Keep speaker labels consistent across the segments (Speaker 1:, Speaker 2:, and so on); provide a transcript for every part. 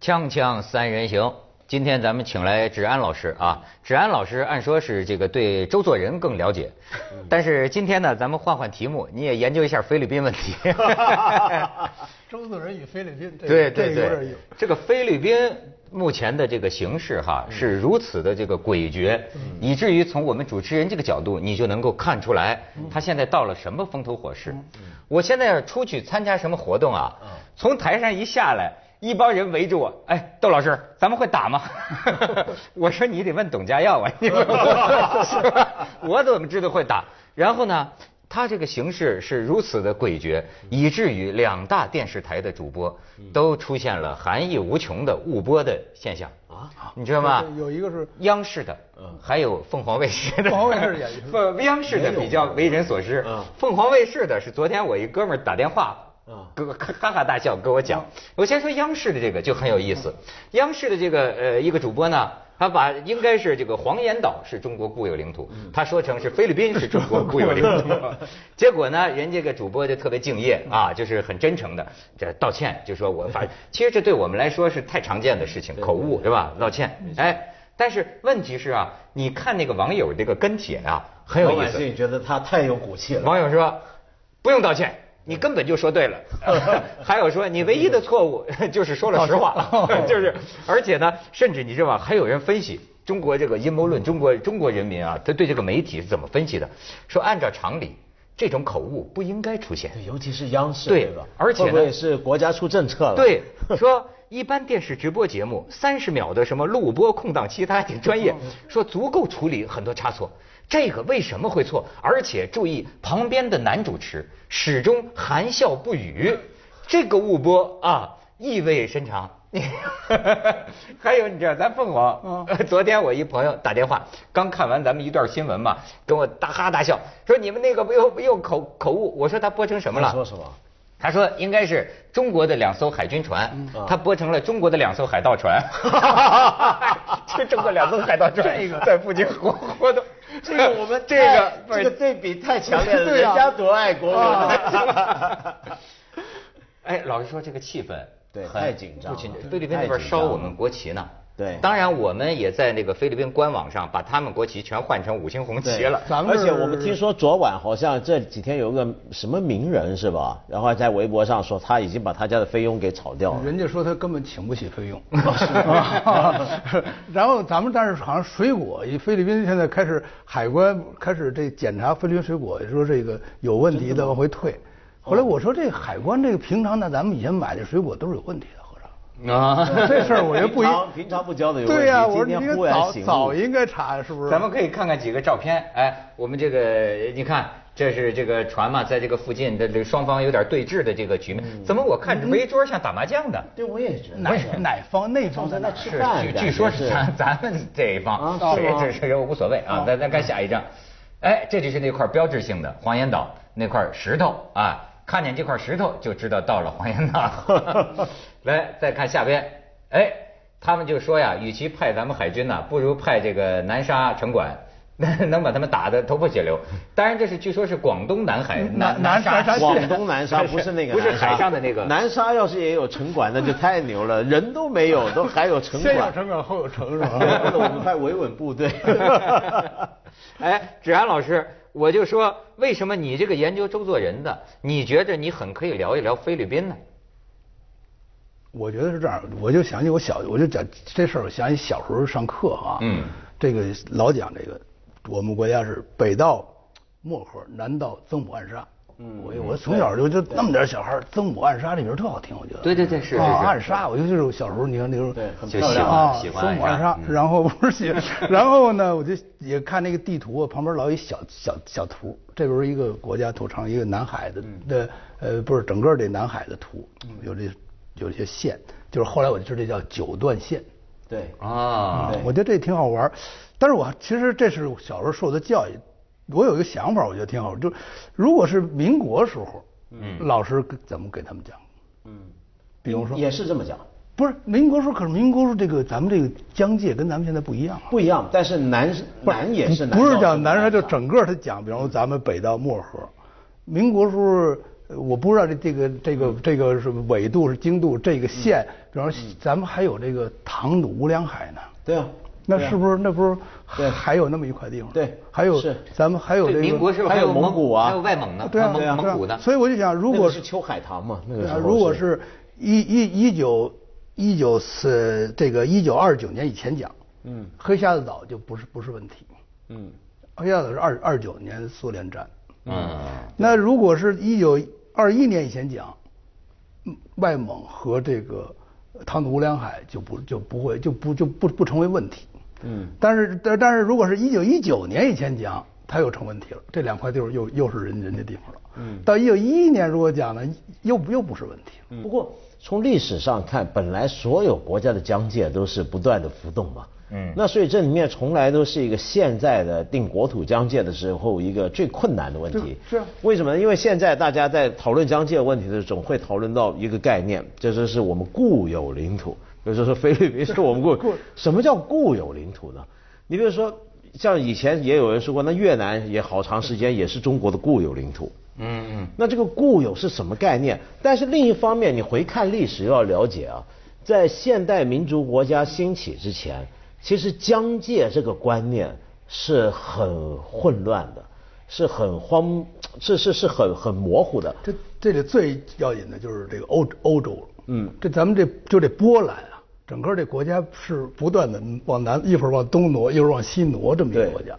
Speaker 1: 锵锵三人行，今天咱们请来芷安老师啊。芷安老师按说是这个对周作人更了解，
Speaker 2: 嗯
Speaker 1: 但是今天呢，咱们换换题目，你也研究一下菲律宾问 题。
Speaker 2: 周作人与菲律宾，这
Speaker 1: 对
Speaker 2: 个
Speaker 1: 对
Speaker 2: 这个有
Speaker 1: 对
Speaker 2: 点有，
Speaker 1: 这个菲律宾目前的这个形势哈
Speaker 2: 嗯
Speaker 1: 是如此的这个诡谲，以至于从我们主持人这个角度，你就能够看出来他现在到了什么风头火势。我现在出去参加什么活动啊，从台上一下来。一帮人围着我，哎，窦老师，咱们会打吗？ 我说你得问董家耀啊，你问我是吧？我怎么知道会打？然后呢，他这个形势是如此的诡谲，以至于两大电视台的主播都出现了含义无穷的误播的现象啊，你知道吗？
Speaker 2: 有一个是嗯
Speaker 1: 央视的，还有凤凰卫视的，
Speaker 2: 凤凰卫视也嗯 有
Speaker 1: 凤央视的比较为人所知，凤凰卫视的是昨天我一哥们儿打电话。
Speaker 2: 嗯
Speaker 1: 给我哈哈哈大笑，跟我讲。我先说央视的这个就很有意
Speaker 2: 嗯
Speaker 1: 思，央视的这个呃一个主播呢，他把应该是这个黄岩岛是中国固有领土，
Speaker 2: 嗯
Speaker 1: 他说成是菲律宾是中国固有领土，结果呢，人这个主播就特别敬业
Speaker 2: 嗯
Speaker 1: 啊，就是很真诚的这道歉，就说我反，其实这对我们来说是太常见的事情，口误是吧？道歉，
Speaker 2: 嗯
Speaker 1: 哎，但是问题是啊，你看那个网友这个跟帖啊，很有
Speaker 3: 老
Speaker 1: 意
Speaker 3: 百
Speaker 1: 思。
Speaker 3: 姓觉得他太有骨气了。
Speaker 1: 网友说不用道歉，你根本就说 对了。还有说你唯一的错误 就是说了实 话，就是而且呢，甚至你知道吧，还有人分析中国这个阴谋论，中国中国人民啊，他对这个媒体是怎么分析的？说按照常理，这种口误不应该出现。
Speaker 3: 对尤其是央视
Speaker 1: 对
Speaker 3: 这个，
Speaker 1: 而且呢
Speaker 3: 会不会是国家出政策了？
Speaker 1: 对，说一般电视直播节目三十秒的什么录播空档期，他还挺专业，
Speaker 3: 嗯
Speaker 1: 说足够处理很多差错。这个为什么会错？而且注意旁边的男主持始终含笑不语，这个误播啊，意味深长。 你还有你知道咱凤凰，
Speaker 3: 嗯
Speaker 1: 昨天我一朋友打电话，刚看完咱们一段新闻嘛，跟我大哈大笑，说你们那个又又口口误，我说他播成什么
Speaker 3: 你
Speaker 1: 了？
Speaker 3: 说什么？
Speaker 1: 他说应该是中国的两艘海军船，
Speaker 3: 嗯啊
Speaker 1: 他播成了中国的两艘海盗船， 就中国两艘海盗船在附近活活动。
Speaker 3: 这个我们
Speaker 1: 这个
Speaker 3: 太
Speaker 1: 不是
Speaker 3: 这
Speaker 1: 啊
Speaker 3: 个对比太 强烈了，
Speaker 2: 对啊
Speaker 3: 人家多爱国。 啊
Speaker 1: 哎，老实说，这个气氛
Speaker 3: 对
Speaker 1: 很
Speaker 3: 太紧张了
Speaker 1: 不紧菲律宾那
Speaker 3: 太
Speaker 1: 边
Speaker 3: 紧
Speaker 1: 烧
Speaker 3: 张了
Speaker 1: 我们国旗呢。
Speaker 3: 对
Speaker 1: 当然我们也在那个菲律宾官网上把他们国旗全换成五星 红旗
Speaker 3: 对
Speaker 1: 了。
Speaker 2: 咱们
Speaker 3: 而
Speaker 2: 这
Speaker 3: 且
Speaker 2: 儿
Speaker 3: 我们听说昨晚好像这几天有一个什么名人是吧？然后还在微博上说他已经把他家的菲佣给炒掉了。
Speaker 2: 人家说他根本请不起费用，啊 然后咱们但是好像水果，菲律宾现在开始海关开始这检查菲律宾水果，说这个有问题的往回退。后来我说这海关这个平常呢，咱们以前买的水果都是有问题的，合着
Speaker 1: 啊，
Speaker 2: 这事儿我觉得不一
Speaker 3: 平常平常不交的有问题
Speaker 2: 对呀，我说
Speaker 3: 今
Speaker 2: 你
Speaker 3: 天
Speaker 2: 应该
Speaker 3: 忽然
Speaker 2: 早
Speaker 3: 醒悟
Speaker 2: 早应该查，是不是？
Speaker 1: 咱们可以看看几个照片。哎，我们这个你看，这是这个船嘛，在这个附近的这个双方有点对峙的这个局面。
Speaker 2: 嗯
Speaker 1: 怎么我看着围桌像打麻将的？
Speaker 3: 对，我也觉得。
Speaker 2: 哪哪方那方在哪儿？
Speaker 3: 吃
Speaker 1: 是
Speaker 3: 饭
Speaker 1: 据
Speaker 3: 感
Speaker 1: 据
Speaker 3: 觉
Speaker 1: 说是
Speaker 3: 是
Speaker 1: 咱咱们这一方，
Speaker 3: 啊是
Speaker 1: 这
Speaker 3: 吗
Speaker 1: 这这个无所谓啊。咱咱看下一张，哎，这就是那块标志性的黄岩岛那块石头啊，看见这块石头就知道到了黄岩 岛。来，再看下边，哎，他们就说呀，与其派咱们海军呐、不如派这个南沙城管。 能把他们打得头破血流，当然这是据说是广东南海
Speaker 2: 南
Speaker 1: 南
Speaker 2: 南沙
Speaker 1: 沙
Speaker 3: 广东南沙不是那个
Speaker 1: 不是
Speaker 3: 南沙
Speaker 1: 海上的那个
Speaker 3: 南沙，要是也有城管那就太牛了，人都没有，都还有 城
Speaker 2: 先有
Speaker 3: 管。
Speaker 2: 城管后有城是 吧？
Speaker 3: 我们派维 稳部队。
Speaker 1: 哎，芷安老师，我就说，为什么你这个研究周作人的，你觉着你很可以聊一聊菲律宾呢？
Speaker 2: 我觉得是这样，我就想起我小，我就讲这事儿，我想起小时候上课哈、
Speaker 1: 嗯，
Speaker 2: 这个老讲这个，我们国家是北到漠河，南到曾母暗沙。嗯，我我从小就就那么点小孩儿，曾母暗沙这名儿特好听，我觉得。
Speaker 1: 对对对是
Speaker 2: 啊
Speaker 1: 是是
Speaker 2: 暗沙，我就是小时候，你看那时候
Speaker 3: 对很
Speaker 1: 就漂亮喜欢
Speaker 2: 啊，
Speaker 1: 喜欢嗯
Speaker 2: 曾母
Speaker 1: 暗
Speaker 2: 暗
Speaker 1: 沙
Speaker 2: 沙，然后不是喜，然后呢，我就也看那个地图，旁边老有一小小小图，这边是一个国家图长，一个南海的的呃不是整个这南海的图，有这有些线，就是后来我就知道这叫九段线嗯
Speaker 3: 对，
Speaker 1: 啊，
Speaker 3: 对
Speaker 2: 我觉得这挺好玩儿，但是我其实这是小时候受的教育，我有一个想法，我觉得挺好，就是如果是民国时候，嗯，老师给怎么给他们讲？
Speaker 3: 嗯，
Speaker 2: 比如说
Speaker 3: 也是这么讲，
Speaker 2: 不是民国时候，可是民国时候这个咱们这个疆界跟咱们现在不一样啊。
Speaker 3: 不一样，但是南
Speaker 2: 不
Speaker 3: 南也是南，
Speaker 2: 不是讲南沙，就整个他讲，比方说咱们北到漠河，民国时候呃我不知道这这个这个这个是纬度是经度这个线，
Speaker 3: 嗯
Speaker 2: 比方说咱们还有这个唐努无量海呢，
Speaker 3: 对啊，
Speaker 2: 那是不是那不是
Speaker 3: 对
Speaker 2: 还有那么一块地方？
Speaker 3: 对
Speaker 2: 还有
Speaker 3: 是
Speaker 2: 咱们还有这个
Speaker 1: 对民国是不是
Speaker 3: 还有
Speaker 1: 蒙
Speaker 3: 蒙古啊
Speaker 1: 还有外蒙呢，
Speaker 2: 对啊
Speaker 1: 还
Speaker 2: 对啊
Speaker 1: 有蒙
Speaker 2: 对啊
Speaker 1: 蒙古呢。
Speaker 2: 所以我就想，如果
Speaker 3: 那个是秋海棠嘛，那个
Speaker 2: 对
Speaker 3: 时
Speaker 2: 啊
Speaker 3: 候
Speaker 2: 如果是一一一九一九四这个一九二九年以前讲，
Speaker 3: 嗯
Speaker 2: 黑瞎子岛就不是不是问题。
Speaker 3: 嗯
Speaker 2: 黑瞎子岛是二二九年苏联战，
Speaker 3: 啊
Speaker 1: 嗯，
Speaker 2: 那如果是一九二一年以前讲，嗯外蒙和这个唐努乌梁海就不就不会就不就不不成为问题。
Speaker 3: 嗯
Speaker 2: 但是但但是如果是一九一九年以前讲，它又成问题了，这两块地方又又是人人家地方了。
Speaker 3: 嗯
Speaker 2: 到一九一一年如果讲呢，又不又不是问题了。
Speaker 1: 嗯
Speaker 3: 不过从历史上看，本来所有国家的疆界都是不断的浮动嘛。
Speaker 1: 嗯
Speaker 3: 那所以这里面从来都是一个现在的定国土疆界的时候一个最困难的问题。
Speaker 2: 是啊
Speaker 3: 为什么呢？因为现在大家在讨论疆界问题的时候，总会讨论到一个概念，这就是我们固有领土。比如说说菲律宾是我们固，什么叫固有领土呢？你比如说，像以前也有人说过，那越南也好长时间也是中国的固有领土。
Speaker 1: 嗯
Speaker 3: 那这个固有是什么概念？但是另一方面，你回看历史又要了解啊，在现代民族国家兴起之前，其实疆界这个观念是很混乱的，是很荒，是是是很很模糊的。
Speaker 2: 这这里最要紧的就是这个欧欧洲了，
Speaker 3: 嗯
Speaker 2: 这咱们这就这波兰啊，整个这国家是不断的往南，一会儿往东挪，一会儿往西挪这么一个
Speaker 3: 对
Speaker 2: 国家。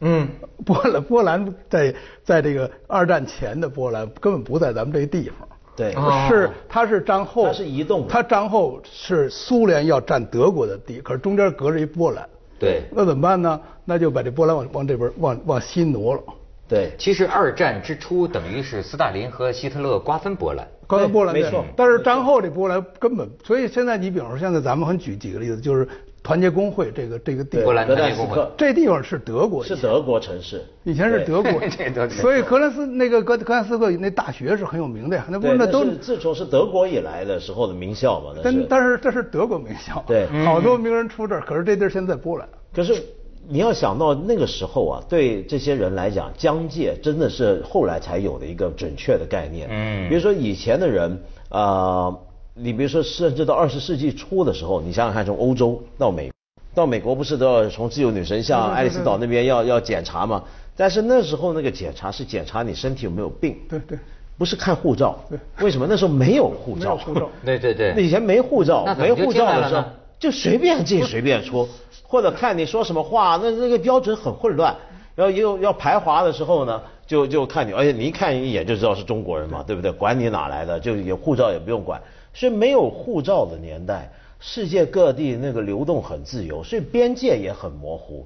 Speaker 1: 嗯
Speaker 2: 波兰波兰在在这个二战前的波兰根本不在咱们这地方，
Speaker 3: 对，
Speaker 1: 啊哦
Speaker 2: 是它是战后，
Speaker 3: 它是移动的
Speaker 2: 它战后是苏联要占德国的地，可是中间隔着一波兰，
Speaker 1: 对
Speaker 2: 那怎么办呢？那就把这波兰往往这边往往西挪了。
Speaker 3: 对，
Speaker 1: 其实二战之初等于是斯大林和希特勒瓜分波兰。
Speaker 2: 刚才
Speaker 3: 对
Speaker 2: 波兰
Speaker 3: 没
Speaker 2: 队
Speaker 3: 错
Speaker 2: 但是战后这波兰根本，所以现在你比方说现在咱们很举几个例子，就是团结工会这个这个地
Speaker 1: 波
Speaker 2: 方，
Speaker 1: 兰
Speaker 3: 德
Speaker 1: 团
Speaker 3: 代
Speaker 1: 结
Speaker 3: 斯
Speaker 1: 工会
Speaker 3: 克
Speaker 2: 这地方是德国，
Speaker 3: 是德国城市，
Speaker 2: 以前是
Speaker 3: 对
Speaker 2: 德国
Speaker 1: 这都，是
Speaker 2: 所以格兰斯那个格格兰斯克那大学是很有名的呀，那不
Speaker 3: 对
Speaker 2: 那
Speaker 3: 那
Speaker 2: 都
Speaker 3: 是自从是德国以来的时候的名校
Speaker 1: 呃
Speaker 3: 嘛，那
Speaker 2: 但
Speaker 3: 是。
Speaker 2: 但是这是德国名校，
Speaker 3: 对
Speaker 2: 好多名人出这儿，可是这地儿现在波兰，
Speaker 3: 可是你要想到那个时候啊，对这些人来讲，疆界真的是后来才有的一个准确的概念。
Speaker 1: 嗯
Speaker 3: 比如说以前的人，呃，你比如说甚至到二十世纪初的时候，你想想看，从欧洲到美到美国不是都要从自由女神像、爱丽丝岛那边要要检查吗？但是那时候那个检查是检查你身体有没有病，
Speaker 2: 对对，
Speaker 3: 不是看护照。为什么那时候没有护
Speaker 2: 没
Speaker 3: 照？
Speaker 2: 有护照
Speaker 1: 对对
Speaker 3: 那以
Speaker 1: 对，
Speaker 3: 前没护照
Speaker 1: 那，怎么
Speaker 3: 没
Speaker 1: 就
Speaker 3: 护
Speaker 1: 进
Speaker 3: 照
Speaker 1: 来了
Speaker 3: 的时候
Speaker 1: 呢
Speaker 3: 就随便进随便出，或者看你说什么话，那那个标准很混乱。然后又要排华的时候呢，就就看你，而且你一看一眼就知道是中国人嘛，对不对？管你哪来的，就有护照也不用管。所以没有护照的年代，世界各地那个流动很自由，所以边界也很模糊。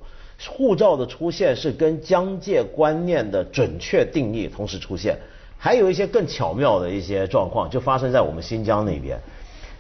Speaker 3: 护照的出现是跟疆界观念的准确定义同时出现，还有一些更巧妙的一些状况，就发生在我们新疆那边。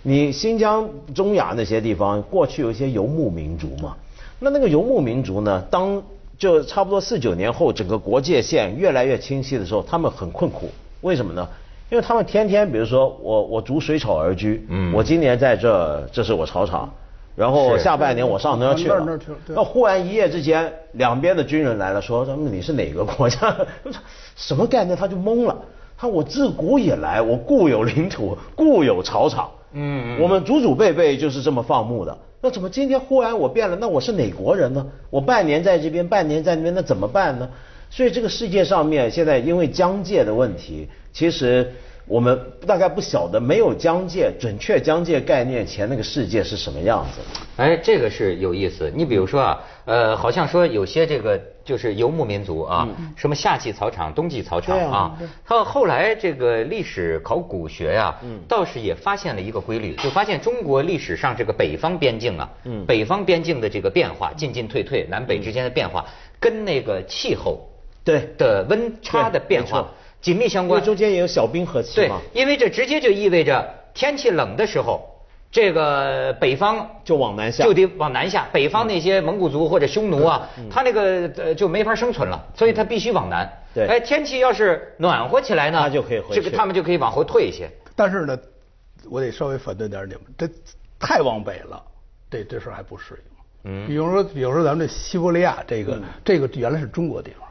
Speaker 3: 你新疆、中亚那些地方，过去有一些游牧民族嘛，那那个游牧民族呢，当就差不多四九年后，整个国界线越来越清晰的时候，他们很困苦，为什么呢？因为他们天天，比如说我我逐水草而居，
Speaker 1: 嗯
Speaker 3: 我今年在这儿，这是我草场，然后
Speaker 1: 是
Speaker 3: 下半年我上那儿去
Speaker 2: 上
Speaker 3: 了
Speaker 2: 那儿去了，对
Speaker 3: 那忽然一夜之间，两边的军人来了，说咱们你是哪个国家？ 什么概念？他就懵了。他说我自古以来，我固有领土，固有草场，
Speaker 1: 嗯嗯
Speaker 3: 我们祖祖辈辈就是这么放牧的。那怎么今天忽然我变了？那我是哪国人呢？我半年在这边，半年在那边，那怎么办呢？所以这个世界上面现在因为疆界的问题，其实我们大概不晓得没有疆界、准确疆界概念前那个世界是什么样子。
Speaker 1: 哎，这个是有意思。你比如说啊，呃，好像说有些这个就是游牧民族啊，什么夏季草场、冬季草场
Speaker 3: 嗯对
Speaker 1: 啊
Speaker 3: 啊，
Speaker 1: 到后来这个历史考古学呀、
Speaker 3: 嗯
Speaker 1: 倒是也发现了一个规律，就发现中国历史上这个北方边境啊，
Speaker 3: 嗯
Speaker 1: 北方边境的这个变化，进进退退，南北之间的变化，跟那个气候
Speaker 3: 对，
Speaker 1: 的温差的
Speaker 3: 对
Speaker 1: 变
Speaker 3: 没错
Speaker 1: 化紧密相
Speaker 3: 因
Speaker 1: 关
Speaker 3: 为。中间也有小冰河期
Speaker 1: 对
Speaker 3: 嘛，，
Speaker 1: 因为这直接就意味着天气冷的时候，这个北方
Speaker 3: 就往南下
Speaker 1: 就得往南下。北方那些蒙古族或者匈奴
Speaker 2: 嗯
Speaker 1: 啊，他那个呃就没法生存了，所以他必须往南。
Speaker 3: 对
Speaker 1: 哎，天气要是暖和起来呢，
Speaker 3: 他就可以回
Speaker 1: 这
Speaker 3: 去
Speaker 1: 个他们就可以往后退一些。
Speaker 2: 但是呢，我得稍微反对点儿你们，这太往北了，这这事儿还不适应。
Speaker 1: 嗯
Speaker 2: 比如说，比如说咱们这西伯利亚这个，这个原来是中国地方，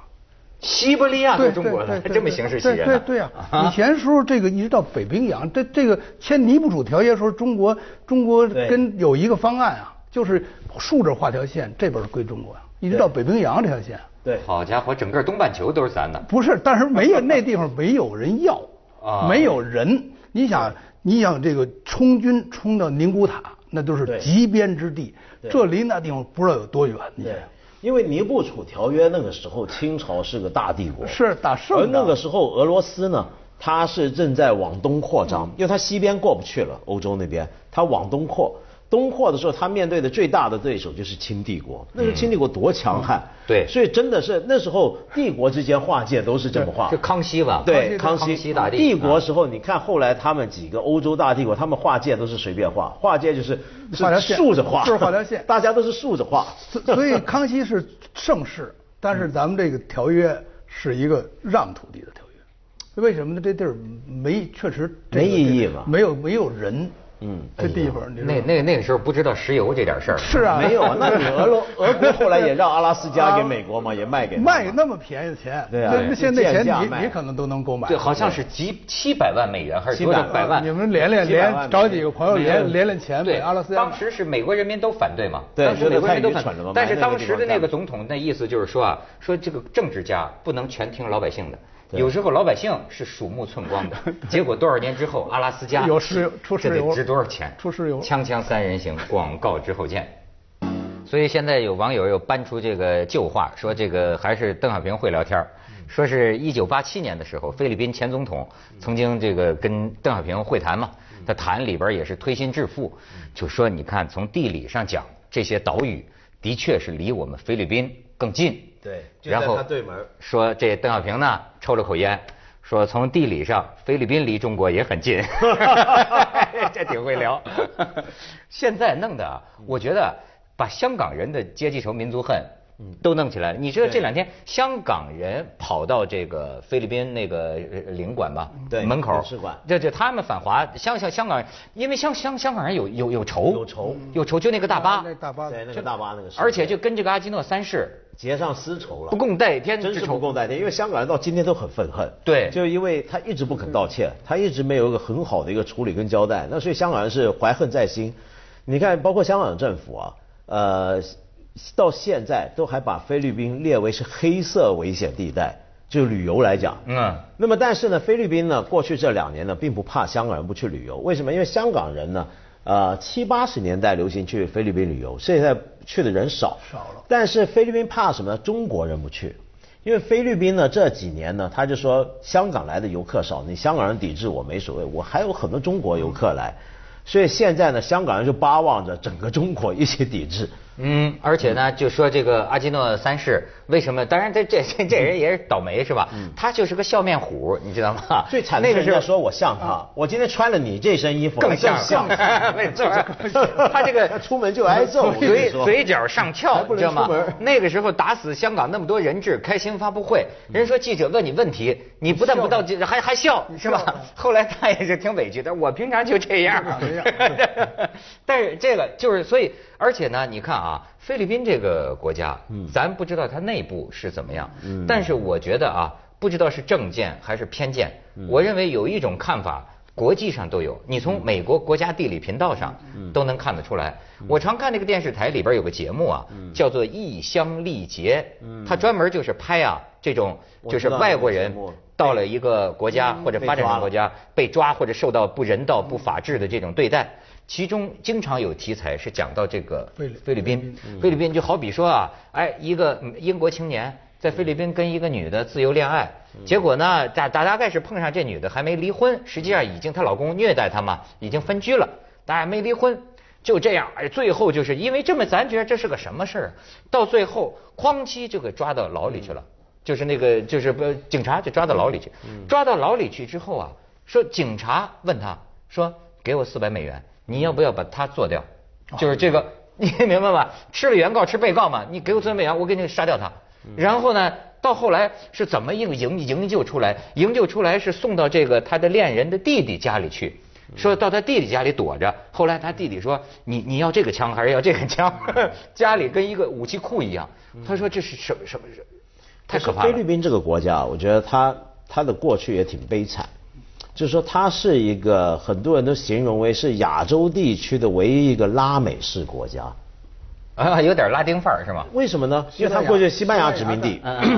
Speaker 1: 西伯利亚
Speaker 2: 对
Speaker 1: 都中国了，
Speaker 2: 对对
Speaker 1: 还这么形式袭
Speaker 2: 对
Speaker 1: 人
Speaker 2: 对
Speaker 1: 呢？啊
Speaker 2: 对呀、以前时候这个一直到北冰洋，这这个签尼布楚条约时候，中国中国
Speaker 3: 对
Speaker 2: 跟有一个方案啊，就是竖着画条线，这边归中国呀，一直到北冰洋这条线，
Speaker 3: 对，
Speaker 1: 好家伙，整个东半球都是咱的。
Speaker 2: 不是，但是没有那地方没有人要
Speaker 1: 啊
Speaker 2: 没有人，你想你想这个充军冲到宁古塔，那都是
Speaker 3: 对
Speaker 2: 极边之地，
Speaker 3: 对
Speaker 2: 这离那地方不知道有多远，你想
Speaker 3: 对，因为尼布楚条约那个时候清朝是个大帝国，
Speaker 2: 是打胜
Speaker 3: 而
Speaker 2: 仗
Speaker 3: 那个时候俄罗斯呢，它是正在往东扩张，因为它西边过不去了，欧洲那边，它往东扩。东扩的时候，它面对的最大的对手就是清帝国。那时候清帝国多强悍，
Speaker 1: 对
Speaker 3: 所以真的是那时候帝国之间划界都是这么划
Speaker 1: 这。康熙吧？
Speaker 3: 对，
Speaker 1: 康
Speaker 3: 康
Speaker 1: 熙
Speaker 3: 熙
Speaker 1: 大帝。
Speaker 3: 帝国
Speaker 1: 啊
Speaker 3: 时候，你看后来他们几个欧洲大帝国，他们划界都是随便划，划界就是是
Speaker 2: 画条线
Speaker 3: 竖着画，
Speaker 2: 就是画条线
Speaker 3: 大家都是竖着画。
Speaker 2: 所所以康熙是盛世，但
Speaker 3: 嗯
Speaker 2: 是咱们这个条约是一个让土地的条约，为什么呢？这地儿没确实这个
Speaker 3: 没意义嘛哎
Speaker 2: 没有没有人，嗯，这地方你知道
Speaker 1: 那那那个时候不知道石油这点事儿。
Speaker 2: 是啊，
Speaker 3: 没有 啊，那你俄罗俄国后来也让阿拉斯加给美国嘛，也卖给他们
Speaker 2: 卖那么便宜的钱，
Speaker 3: 对啊
Speaker 2: 那那现在
Speaker 3: 贱
Speaker 2: 钱
Speaker 3: 价
Speaker 2: 你
Speaker 3: 卖
Speaker 2: 你可能都能购买，
Speaker 1: 对，好像是几七百万美元还是多
Speaker 3: 700
Speaker 1: 少
Speaker 3: 万
Speaker 1: 百万嗯
Speaker 2: 你？们连连
Speaker 3: 几百万
Speaker 2: 连找几个朋友
Speaker 3: 美
Speaker 2: 连
Speaker 3: 元
Speaker 2: 连连钱
Speaker 1: 对
Speaker 2: 给阿拉斯，加
Speaker 1: 当
Speaker 2: 买。
Speaker 1: 时是美国人民都反对嘛？
Speaker 3: 对
Speaker 1: 当时美国人民都
Speaker 3: 觉得太
Speaker 1: 反
Speaker 3: 愚蠢了嘛
Speaker 1: 但是
Speaker 3: 买那
Speaker 1: 当
Speaker 3: 个地
Speaker 1: 时
Speaker 3: 方
Speaker 1: 的那
Speaker 3: 干
Speaker 1: 个
Speaker 3: 嘛
Speaker 1: 总统那意思就是说啊，说这个政治家不能全听老百姓的。有时候老百姓是鼠目寸光 的，结果多少年之后，阿拉斯加
Speaker 2: 有石油出石
Speaker 1: 这得
Speaker 2: 油
Speaker 1: 值多少钱？
Speaker 2: 出石油
Speaker 1: 锵锵三人行，广告之后见。所以现在有网友又搬出这个旧话，说这个还是邓小平会聊天儿说是一九八七年的时候，菲律宾前总统曾经这个跟邓小平会谈嘛，他谈里边也是推心置腹，就说你看从地理上讲，这些岛屿的确是离我们菲律宾更近，
Speaker 3: 对就在
Speaker 1: 然后
Speaker 3: 他对门儿
Speaker 1: 说这邓小平呢抽了口烟，说从地理上菲律宾离中国也很 近，这挺会聊。现在弄的啊，我觉得把香港人的阶级仇、民族恨。都弄起来了。你知道这两天香港人跑到这个菲律宾那个呃领馆吧，
Speaker 3: 对
Speaker 1: 门口
Speaker 3: 领事馆
Speaker 1: 这这他们反华，香香香港，因为香香香港人有有有仇，
Speaker 3: 有仇嗯
Speaker 1: 有仇，就那个大巴，
Speaker 2: 嗯那大巴
Speaker 3: 对那个大巴那个事件，
Speaker 1: 而且就跟这个阿基诺三世
Speaker 3: 结上私仇了，
Speaker 1: 不共戴天
Speaker 3: 真
Speaker 1: 之
Speaker 3: 是不
Speaker 1: 仇。
Speaker 3: 共戴天，因为香港人到今天都很愤恨，
Speaker 1: 对
Speaker 3: 就因为他一直不肯道歉，他一直没有一个很好的一个处理跟交代，那所以香港人是怀恨在心。你看，包括香港政府啊，呃，到现在都还把菲律宾列为是黑色危险地带，就旅游来讲，
Speaker 1: 嗯。
Speaker 3: 那么但是呢，菲律宾呢，过去这两年呢，并不怕香港人不去旅游，为什么？因为香港人呢，呃，七八十年代流行去菲律宾旅游，现在去的人少，
Speaker 2: 少了
Speaker 3: 但是菲律宾怕什么呢？中国人不去，因为菲律宾呢这几年呢，他就说香港来的游客少，你香港人抵制我没所谓，我还有很多中国游客来，所以现在呢，香港人就巴望着整个中国一起抵制。
Speaker 1: 嗯，而且呢，就说这个阿基诺三世为什么？当然这，这这这人也是倒霉是吧？他就是个笑面虎，你知道吗？
Speaker 3: 最惨的
Speaker 1: 那
Speaker 3: 是
Speaker 1: 个
Speaker 3: 人家
Speaker 1: 是
Speaker 3: 说我像他，我今天穿了你这身衣服，
Speaker 1: 更
Speaker 3: 还真
Speaker 1: 像， 没 错，他这个
Speaker 3: 出门就挨揍，我跟你
Speaker 1: 嘴
Speaker 3: 说
Speaker 1: 嘴角上
Speaker 3: 还
Speaker 1: 翘，
Speaker 3: 不
Speaker 1: 你知道
Speaker 3: 能
Speaker 1: 吗
Speaker 3: 出门？
Speaker 1: 那个时候打死香港那么多人质，开新闻发布会，
Speaker 3: 嗯
Speaker 1: 人说记者问你问题，你不但不道歉，还还笑，是吧？后来他也是挺委屈的，我平常就这样
Speaker 2: 就这样。
Speaker 1: 但是这个就是所以，而且呢，你看啊，菲律宾这个国家，
Speaker 3: 嗯
Speaker 1: 咱不知道它内部是怎么样，但是我觉得啊，不知道是政见还是偏见，
Speaker 3: 嗯
Speaker 1: 我认为有一种看法。国际上都有，你从美国国家地理频道上
Speaker 3: 嗯
Speaker 1: 都能看得出来。我常看那个电视台里边有个节目啊，
Speaker 3: 嗯
Speaker 1: 叫做《异乡丽节》，它专门就是拍啊这种
Speaker 3: 我
Speaker 1: 就是
Speaker 3: 知道
Speaker 1: 外
Speaker 3: 那个
Speaker 1: 国
Speaker 3: 节
Speaker 1: 人
Speaker 3: 目嗯
Speaker 1: 到了一个国家或者发展中国家被抓或者受到不人道、不法治的这种对待。其中经常有题材是讲到这个
Speaker 2: 菲律
Speaker 1: 菲律宾，嗯菲律宾就好比说啊，哎，一个嗯英国青年在菲律宾跟一个女的自由恋爱，结果呢，大大大概是碰上这女的还没离婚，实际上已经她老公虐待她嘛，已经分居了，但还没离婚，就这样，哎，最后就是因为这么，咱觉得这是个什么事儿啊？到最后，哐叽就给抓到牢里去了，就是那个就是不警察就抓到牢里去，抓到牢里去之后啊，说警察问他说给我四百美元，你要不要把他做掉？哦就是这个， 你明白吧？吃了原告吃被告嘛，你给我四百美元，我给你杀掉他。然后呢，到后来是怎么营营营救出来？营救出来是送到这个他的恋人的弟弟家里去。说到他弟弟家里躲着，后来他弟弟说：“你你要这个 嗯枪还是要这个枪？”家里跟一个武器库一样。他说：“这是什么什么？什么太可怕了
Speaker 3: 就是菲律宾这个国家，我觉得它它的过去也挺悲惨，就是说它是一个很多人都形容为是亚洲地区的唯一一个拉美式国家。
Speaker 1: 啊，有点拉丁范儿是吗？
Speaker 3: 为什么呢？因为它过去西班牙嗯殖民地，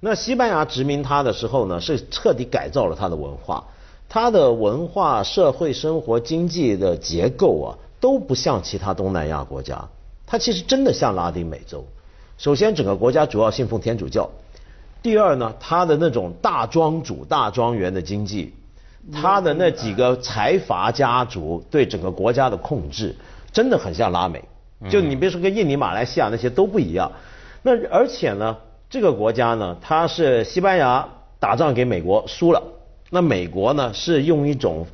Speaker 3: 那西班牙殖民它的时候呢，是彻底改造了它的文化，它的文化、社会生活、经济的结构啊，都不像其他东南亚国家，它其实真的像拉丁美洲。首先，整个国家主要信奉天主教；第二呢，它的那种大庄主、大庄园的经济，他的那几个财阀家族对整个国家的控制，真的很像拉美。
Speaker 2: 嗯
Speaker 3: 就你别说跟印尼、马来西亚那些都不一样。那而且呢，这个国家呢，它是西班牙打仗给美国输了，那美国呢是用一种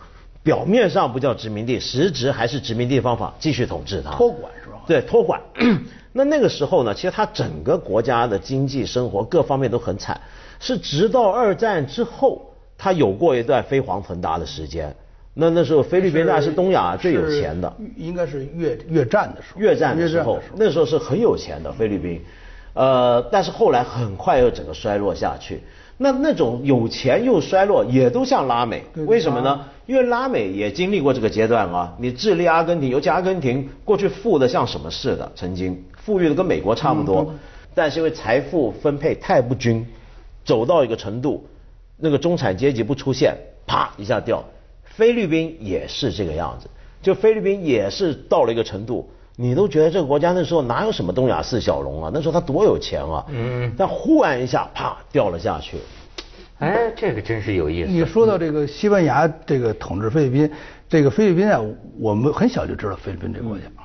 Speaker 3: 表面上不叫殖民地，实质还是殖民地方法继续统治它，
Speaker 2: 托管是吧
Speaker 3: 对，托管。 那那个时候呢，其实它整个国家的经济生活各方面都很惨，是直到二战之后，它有过一段飞黄腾达的时间。那那时候菲律宾那是东亚最有钱的，
Speaker 2: 是应该是越越战的时候，
Speaker 3: 越战的时候，
Speaker 2: 越战
Speaker 3: 那时候是很有钱的菲律宾，呃，但是后来很快又整个衰落下去。那那种有钱又衰落，也都像拉美，
Speaker 2: 对
Speaker 3: 为什么呢？因为拉美也经历过这个阶段啊。你智利、阿根廷，尤其阿根廷过去富的像什么似的，曾经富裕的跟美国差不
Speaker 2: 嗯
Speaker 3: 多，但是因为财富分配太不均，走到一个程度，那个中产阶级不出现，啪一下掉。菲律宾也是这个样子，就菲律宾也是到了一个程度，你都觉得这个国家那时候哪有什么东亚四小龙啊？那时候他多有钱啊！嗯，但忽然一下啪掉了下去。
Speaker 1: 哎，这个真是有意思。
Speaker 2: 你说到这个西班牙这个统治菲律宾，这个菲律宾啊，我们很小就知道菲律宾这个国家，
Speaker 3: 嗯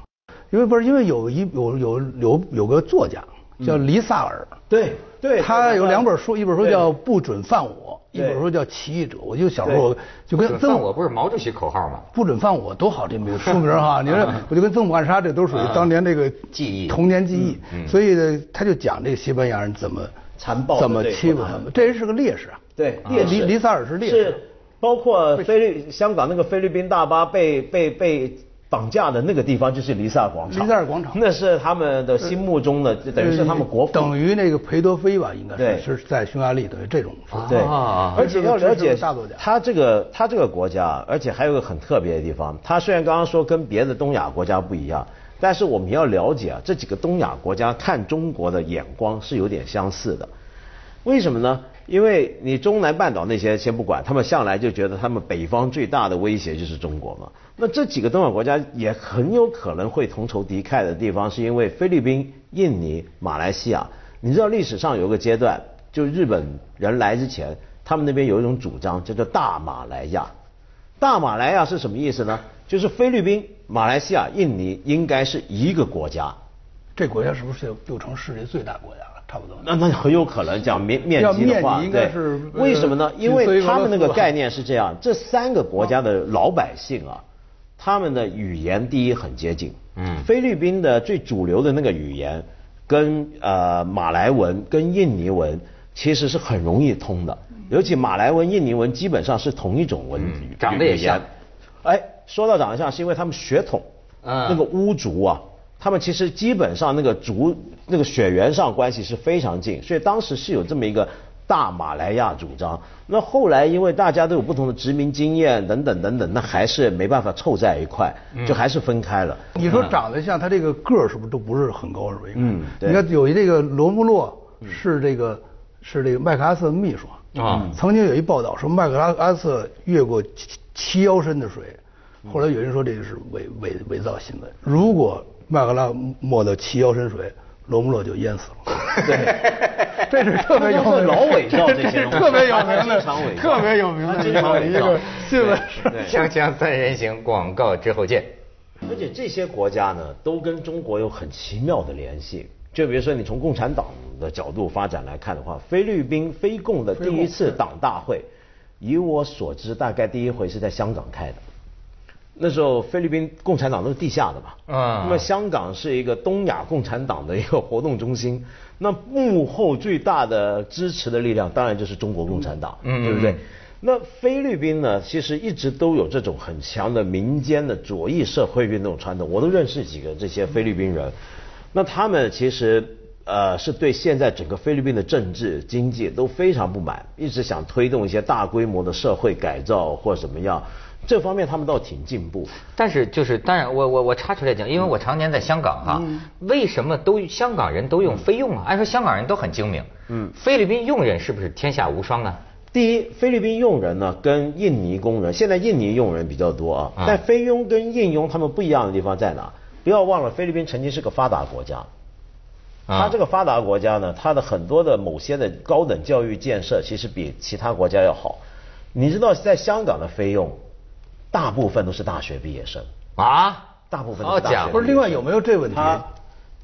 Speaker 2: 因为不是因为有一有有有有个作家叫黎萨尔，
Speaker 3: 对嗯对
Speaker 2: 他有两本书，一本书叫《
Speaker 3: 对
Speaker 2: 不准犯我》，一
Speaker 3: 对
Speaker 2: 本书叫《起义者》。我就小时候
Speaker 3: 对
Speaker 2: 就跟
Speaker 1: 那
Speaker 2: 曾
Speaker 1: 我不是毛主席口号吗？
Speaker 2: 不准犯我多好这名书名 哈！你说，我就跟《曾母暗杀》这都属于
Speaker 3: 啊
Speaker 2: 当年这个
Speaker 1: 记忆
Speaker 2: 童年记忆。所以呢，他就讲这个西班牙人怎么
Speaker 3: 嗯残暴地
Speaker 2: 怎么
Speaker 3: 对付
Speaker 2: 欺负
Speaker 3: 他
Speaker 2: 他
Speaker 3: 们
Speaker 2: 们。这人是个烈士啊，
Speaker 3: 对，
Speaker 2: 烈
Speaker 3: 烈
Speaker 2: 黎
Speaker 3: 士
Speaker 2: 黎萨尔是烈士
Speaker 3: 是。包括菲律香港那个菲律宾大巴被被被绑架的那个地方，就是黎萨广场。
Speaker 2: 黎萨尔广场
Speaker 3: 那是他们的心目中的，等于是他们国父。
Speaker 2: 等于那个裴多菲吧，应该
Speaker 3: 对
Speaker 2: 是是在匈牙利，等于这种是吧
Speaker 3: 对
Speaker 1: 啊，
Speaker 3: 而且要了
Speaker 2: 这是
Speaker 3: 解
Speaker 2: 个大作家
Speaker 3: 他这个他这个国家，而且还有一个很特别的地方，他虽然刚刚说跟别的东亚国家不一样，但是我们要了解啊，这几个东亚国家看中国的眼光是有点相似的。为什么呢？因为你中南半岛那些先不管，他们向来就觉得他们北方最大的威胁就是中国嘛。那这几个东亚国家也很有可能会同仇敌忾的地方，是因为菲律宾、印尼、马来西亚。你知道历史上有个阶段，就日本人来之前，他们那边有一种主张，叫做大马来亚。大马来亚是什么意思呢？就是菲律宾、马来西亚、印尼应该是一个国家。
Speaker 2: 这国家是不是又成世界最大国家了？差不多。
Speaker 3: 那那很有可能讲面面
Speaker 2: 要
Speaker 3: 积的
Speaker 2: 面
Speaker 3: 话，
Speaker 2: 积应
Speaker 3: 对
Speaker 2: 该是呃
Speaker 3: 为什么呢？因为他们
Speaker 2: 紧随俄罗
Speaker 3: 那
Speaker 2: 斯
Speaker 3: 个
Speaker 2: 吧
Speaker 3: 概念是这样，这三个国家的老百姓啊，他们的语言第一很接近，
Speaker 1: 嗯
Speaker 3: 菲律宾的最主流的那个语言跟呃马来文跟印尼文其实是很容易通的，尤其马来文、印尼文基本上是同一种文
Speaker 1: 嗯
Speaker 3: 语，
Speaker 1: 长得也
Speaker 3: 语言
Speaker 1: 像
Speaker 3: 哎，说到长得像，是因为他们血统，
Speaker 1: 嗯
Speaker 3: 那个巫族啊，他们其实基本上那个族那个血缘上关系是非常近，所以当时是有这么一个大马来亚主张。那后来因为大家都有不同的殖民经验等等等等，那还是没办法凑在一块，就还是分开了。
Speaker 2: 你说长得像，他这个个儿是不是都不是很高，是不是？
Speaker 3: 嗯对
Speaker 2: 你看有一这个罗穆洛是这个是这个麦克阿瑟秘书
Speaker 1: 啊
Speaker 2: 曾经有一报道说麦克阿瑟越过七七腰深的水，后来有人说这个是伪伪伪造新闻。如果麦克拉没到七腰深水，罗穆洛就淹死 了。对， 这是特别有名的，
Speaker 3: 他老伪造 这些东西
Speaker 2: 是特别有名的
Speaker 3: 他经常伪，造
Speaker 2: 特别有名
Speaker 3: 他
Speaker 2: 的一
Speaker 3: 经常
Speaker 2: 个
Speaker 3: 伪
Speaker 2: 一
Speaker 3: 造
Speaker 2: 个新闻。
Speaker 1: 锵锵三人行，广告之后见。
Speaker 3: 而且这些国家呢，都跟中国有很奇妙的联系。就比如说，你从共产党的角度发展来看的话，菲律宾菲共的第一次党大会，以我所知，大概第一回是在香港开的。那时候菲律宾共产党都是地下的嘛，
Speaker 1: 嗯
Speaker 3: 那么香港是一个东亚共产党的一个活动中心，那幕后最大的支持的力量当然就是中国共产党，
Speaker 1: 嗯
Speaker 3: 对不对
Speaker 1: 嗯？
Speaker 3: 那菲律宾呢，其实一直都有这种很强的民间的左翼社会运动传统，我都认识几个这些菲律宾人，那他们其实呃，是对现在整个菲律宾的政治、经济都非常不满，一直想推动一些大规模的社会改造或怎么样，这方面他们倒挺进步。
Speaker 1: 但是就是，当然我我我插出来讲，因为
Speaker 3: 嗯
Speaker 1: 我常年在香港哈，为什么都香港人都用菲佣啊？按说香港人都很精明，嗯，菲律宾佣人是不是天下无双啊呢？
Speaker 3: 第一，菲律宾佣人呢跟印尼工人，现在印尼佣人比较多啊
Speaker 1: 嗯，
Speaker 3: 但菲佣跟印佣他们不一样的地方在哪？不要忘了，菲律宾曾经是个发达国家，
Speaker 1: 啊
Speaker 3: 它这个发达国家呢，它的很多的某些的高等教育建设其实比其他国家要好。你知道，在香港的菲佣，大部分都是大学毕业生，
Speaker 1: 啊，
Speaker 3: 大部分都
Speaker 1: 好
Speaker 3: 是大学毕
Speaker 1: 家
Speaker 3: 业生。
Speaker 1: 伙
Speaker 2: 不，是另外有没有这问题？
Speaker 3: 他，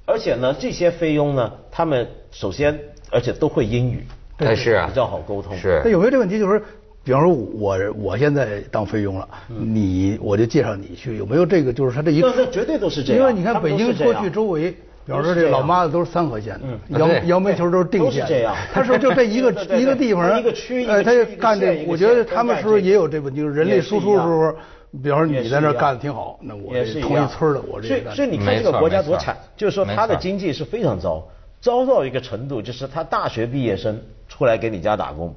Speaker 3: 而且呢，这些菲佣呢，他们首先而且都会英语，
Speaker 1: 哎是啊
Speaker 3: 比较好沟通。
Speaker 2: 那
Speaker 1: 是
Speaker 2: 有没有这问题？就是，比方说我我现在当菲佣了，你我就介绍你去，有没有这个？就是他这一
Speaker 3: 那那绝对嗯都是这样
Speaker 2: 因为你看
Speaker 3: 他们
Speaker 2: 北
Speaker 3: 都是
Speaker 2: 京
Speaker 3: 这
Speaker 2: 过
Speaker 3: 样
Speaker 2: 去周围，比方说
Speaker 3: 都是
Speaker 2: 这
Speaker 3: 这
Speaker 2: 老
Speaker 3: 样
Speaker 2: 妈子都是三河县的，
Speaker 1: 嗯
Speaker 2: 摇
Speaker 1: 对
Speaker 2: 摇煤球都是定
Speaker 3: 都是
Speaker 2: 县的，
Speaker 3: 这样
Speaker 2: 他是不是就这一个
Speaker 3: 对对对
Speaker 2: 一个地方，
Speaker 3: 一个区一个
Speaker 2: 哎
Speaker 3: 区
Speaker 2: 他就
Speaker 3: 一个
Speaker 2: 干
Speaker 3: 县
Speaker 2: 这
Speaker 3: 一
Speaker 2: 个？
Speaker 3: 个
Speaker 2: 我觉得
Speaker 3: 县
Speaker 2: 他们
Speaker 3: 都干
Speaker 2: 是不是
Speaker 3: 这
Speaker 2: 也
Speaker 3: 个
Speaker 2: 有这问题？就是人力
Speaker 3: 也是
Speaker 2: 输出
Speaker 3: 一
Speaker 2: 的时
Speaker 3: 样
Speaker 2: 候，比方说
Speaker 3: 也
Speaker 2: 你
Speaker 3: 是
Speaker 2: 在那儿
Speaker 3: 一样
Speaker 2: 干的挺好，那我
Speaker 3: 也
Speaker 2: 这
Speaker 3: 是
Speaker 2: 同
Speaker 3: 样
Speaker 2: 一村儿的，我这
Speaker 3: 所
Speaker 2: 也
Speaker 3: 以
Speaker 2: 干
Speaker 3: 所以你看
Speaker 1: 没
Speaker 3: 这个
Speaker 1: 错
Speaker 3: 国家
Speaker 1: 没
Speaker 3: 多
Speaker 1: 错
Speaker 3: 惨，就是说
Speaker 1: 没
Speaker 3: 它的
Speaker 1: 错
Speaker 3: 经济是非常糟，糟到一个程度，就是他大学毕业生出来给你家打工。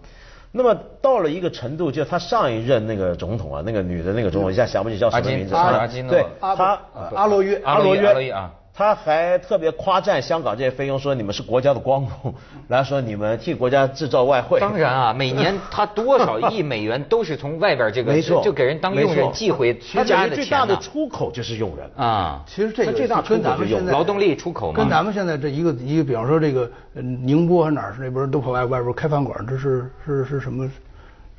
Speaker 3: 那么到了一个程度，就他上一任那个总统啊，那个女的那个总统，一下想不起叫什么
Speaker 1: 阿基
Speaker 3: 名字
Speaker 1: 阿
Speaker 3: 了。
Speaker 1: 阿基诺
Speaker 3: 对，
Speaker 2: 嗯阿呃
Speaker 3: 他
Speaker 2: 阿阿罗约
Speaker 1: 阿罗约阿罗约啊
Speaker 3: 他还特别夸赞香港这些菲佣，说你们是国家的光荣，然后说你们替国家制造外汇。
Speaker 1: 当然啊，每年他多少亿美元都是从外边这个
Speaker 3: 没错，
Speaker 1: 就给人当
Speaker 3: 没
Speaker 1: 佣人
Speaker 3: 错
Speaker 1: 寄回
Speaker 3: 他
Speaker 1: 居
Speaker 3: 等
Speaker 1: 家
Speaker 3: 于
Speaker 1: 的
Speaker 3: 最
Speaker 1: 钱啊
Speaker 3: 大的
Speaker 1: 呐
Speaker 3: 出口就是佣人。
Speaker 1: 啊，
Speaker 2: 其实这个
Speaker 3: 那最大
Speaker 2: 跟咱
Speaker 3: 出口
Speaker 2: 们
Speaker 3: 就有
Speaker 2: 现在
Speaker 1: 劳动力出口嘛
Speaker 2: 跟咱们现在这一个一个，比方说这个呃宁波还是哪儿那边都跑外外边开饭馆，这是是是什么？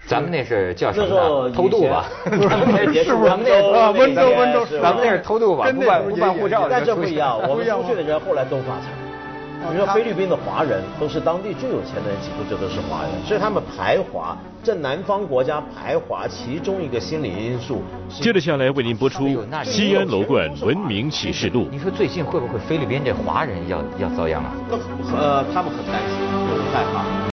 Speaker 1: 咱们那是叫什
Speaker 3: 那时候
Speaker 1: 么呢？偷渡吧？
Speaker 3: 以前
Speaker 1: 咱们那
Speaker 3: 是 不是
Speaker 1: 咱们那是
Speaker 2: 啊，
Speaker 3: 啊
Speaker 2: 温州温州，
Speaker 3: 是吧啊
Speaker 1: 咱们那是偷渡吧？
Speaker 2: 跟
Speaker 1: 不
Speaker 2: 那
Speaker 1: 办
Speaker 2: 时候
Speaker 1: 不
Speaker 2: 也
Speaker 1: 办
Speaker 2: 有
Speaker 1: 护照
Speaker 3: 但
Speaker 1: 就
Speaker 3: 这
Speaker 1: 出
Speaker 3: 不
Speaker 1: 去
Speaker 3: 一 样，我
Speaker 2: 不
Speaker 3: 们
Speaker 2: 一样
Speaker 3: 出去的人后来都发财。
Speaker 1: 啊
Speaker 3: 你说菲律宾的华人都是当地最有钱的人，几乎这都是华人，所以他们排华，在南方国家排华，其中一个心理因素是
Speaker 4: 接着下来为您播出
Speaker 1: 哎呦那
Speaker 4: 《
Speaker 1: 你
Speaker 4: 西安楼冠文明启示录》。
Speaker 1: 你说最近会不会菲律宾这华人要要遭殃啊？
Speaker 3: 那呃，他们很担心，很害怕。